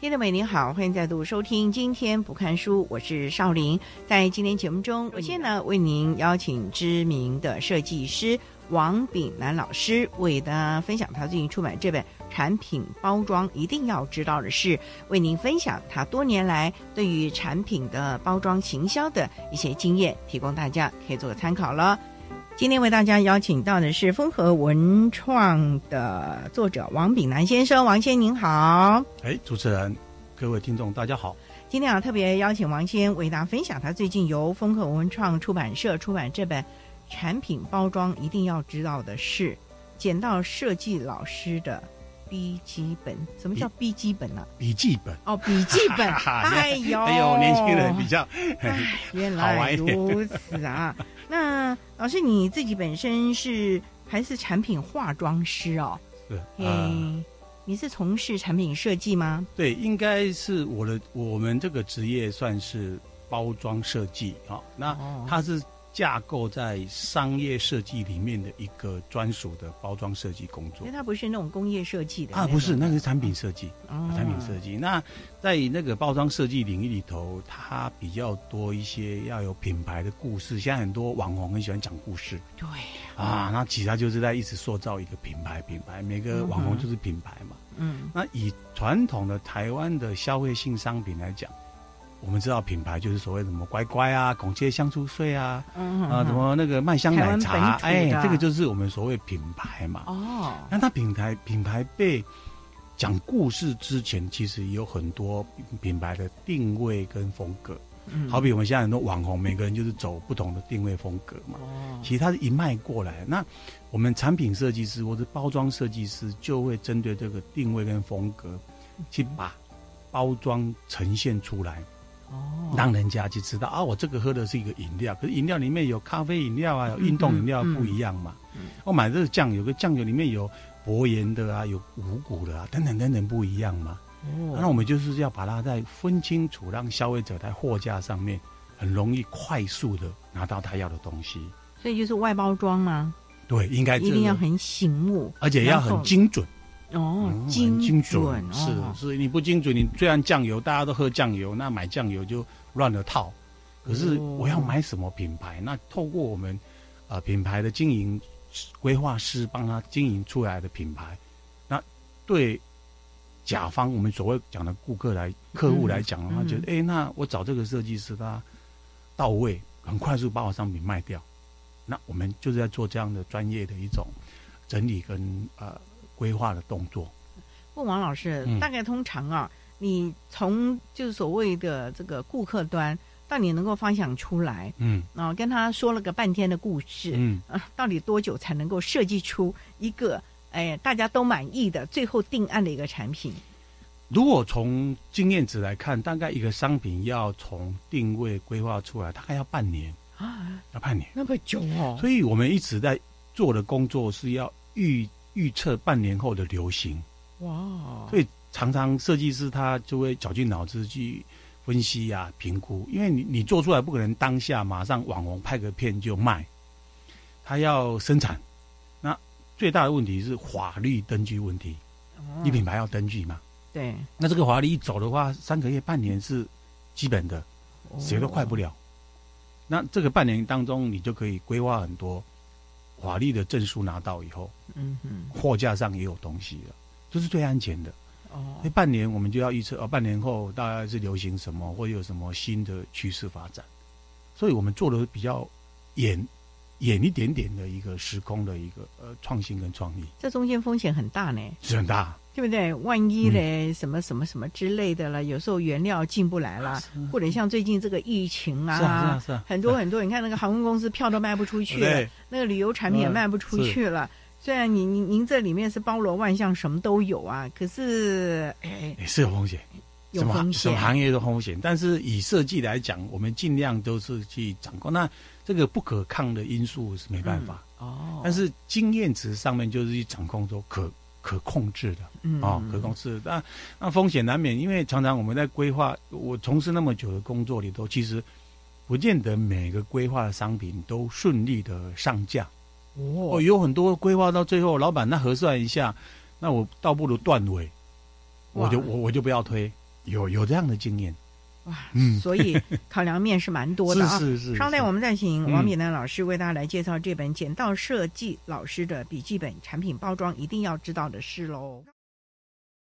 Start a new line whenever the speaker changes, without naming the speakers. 听众朋友您好，欢迎再度收听《今天不看书》，我是少林。在今天节目中，首先呢，为您邀请知名的设计师王炳南老师，为大家分享他最近出版这本《产品包装一定要知道的事》，为您分享他多年来对于产品的包装行销的一些经验，提供大家可以做个参考了。今天为大家邀请到的是风和文创的作者王炳南先生，王先您好。
哎，主持人，各位听众，大家好。
今天啊，特别邀请王先为大家分享他最近由风口文创出版社出版这本《产品包装一定要知道的事》，捡到设计老师的笔记本。什么叫笔记本 呢、
笔记本，
哦，笔记本。
哈哈
哎呦，
哎呦，年轻人比较，
哎，原
好
来
玩一点
如此 啊！那老师你自己本身是还是产品化妆师哦？
是
嘿，
呃，
你是从事产品设计吗？
对，应该是我的，我们这个职业算是包装设计啊、那
哦
它是架构在商业设计里面的一个专属的包装设计工
因
作
为它不是那种工业设计的
啊，
种
不是，那是产品设计，
哦
产品设计。那在那个包装设计领域里头，它比较多一些要有品牌的故事。现在很多网红很喜欢讲故事。
对，
啊，那其他就是在一直塑造一个品牌，品牌每个网
嗯
红
哼
就是品牌嘛。
嗯，
那以传统的台湾的消费性商品来讲，我们知道品牌就是所谓什么乖乖啊、孔雀香酥碎啊，
嗯
啊、什么那个麦香
台
奶
湾
茶，
本土
哎
的，
这个就是我们所谓品牌嘛。
哦，
那它品牌品牌被讲故事之前，其实有很多品牌的定位跟风格。
嗯
好比我们现在很多网红，每个人就是走不同的定位风格嘛。
哦，
其实它是一脉过来。那我们产品设计师或者包装设计师就会针对这个定位跟风格，去把
嗯
包装呈现出来，
哦
让人家去知道啊，我这个喝的是一个饮料，可是饮料里面有咖啡饮料啊，有运动饮料
嗯嗯
不一样嘛。
嗯
我买这个酱，有个酱油里面有薄盐的啊，有五谷的啊，等等等等不一样嘛。那
哦，
我们就是要把它再分清楚，让消费者在货架上面很容易快速的拿到他要的东西。
所以就是外包装嘛，
对，应该
一
哎这
定要
个
很醒目
而且要很精准，
哦
嗯，很
精
准
哦
是是，你不精准，你虽然酱油大家都喝酱油，那买酱油就乱了套。可是
哦
我要买什么品牌？那透过我们呃品牌的经营规划师帮他经营出来的品牌，那对甲方我们所谓讲的顾客来客户来讲的话，
嗯
觉得哎、诶那我找这个设计师他到位，很快速把我商品卖掉。那我们就是在做这样的专业的一种整理跟呃规划的动作。
问王老师，
嗯
大概通常啊，你从就是所谓的这个顾客端，到你能够发想出来，
嗯
然后跟他说了个半天的故事，
嗯，
啊，到底多久才能够设计出一个哎大家都满意的最后定案的一个产品？
如果从经验值来看，大概一个商品要从定位规划出来，大概要半年
啊，
要半年。
那么久哦，
所以我们一直在做的工作是要预预测半年后的流行。
哇，
所以常常设计师他就会绞尽脑汁去分析啊、评估，因为你你做出来不可能当下马上网红拍个片就卖，他要生产。那最大的问题是法律登记问题，
哦
你品牌要登记嘛？
对，
那这个法律一走的话，三个月、半年是基本的，
哦
谁都快不
了。
了。那这个半年当中，你就可以规划很多法律的证书拿到以后，
嗯哼，
货架上也有东西了，这是最安全的。
哦
那，半年我们就要预测，呃，半年后大概是流行什么，或者有什么新的趋势发展，所以我们做的比较远远一点点的一个时空的一个呃创新跟创意
这中间风险很大呢，
是很大，
对不对？万一
嗯
嘞，什么什么什么之类的了，有时候原料进不来了，或者像最近这个疫情
啊是啊是啊，
很多很多，你看那个航空公司票都卖不出去了，
对嗯
那个旅游产品也卖不出去了。虽然您您您这里面是包罗万象，什么都有啊，可是哎，
也是有风险，
有
什么
风
什
险
么。行业的风险，但是以设计来讲，我们尽量都是去掌控，那这个不可抗的因素是没办法，
哦，
但是经验值上面就是去掌控说可可控制的。
嗯
哦，可控制。那那风险难免，因为常常我们在规划，我从事那么久的工作里头，其实不见得每个规划的商品都顺利的上架。哦，
哦，
有很多规划到最后，老板那核算一下，那我倒不如断尾，
哇
我就我我就不要推，有有这样的经验，
哇，
嗯
所以考量面是蛮多的啊。
是是是。
稍待，
是
我们再请
嗯
王炳南老师为大家来介绍这本《剪刀设计老师的笔记本》产品包装一定要知道的事喽。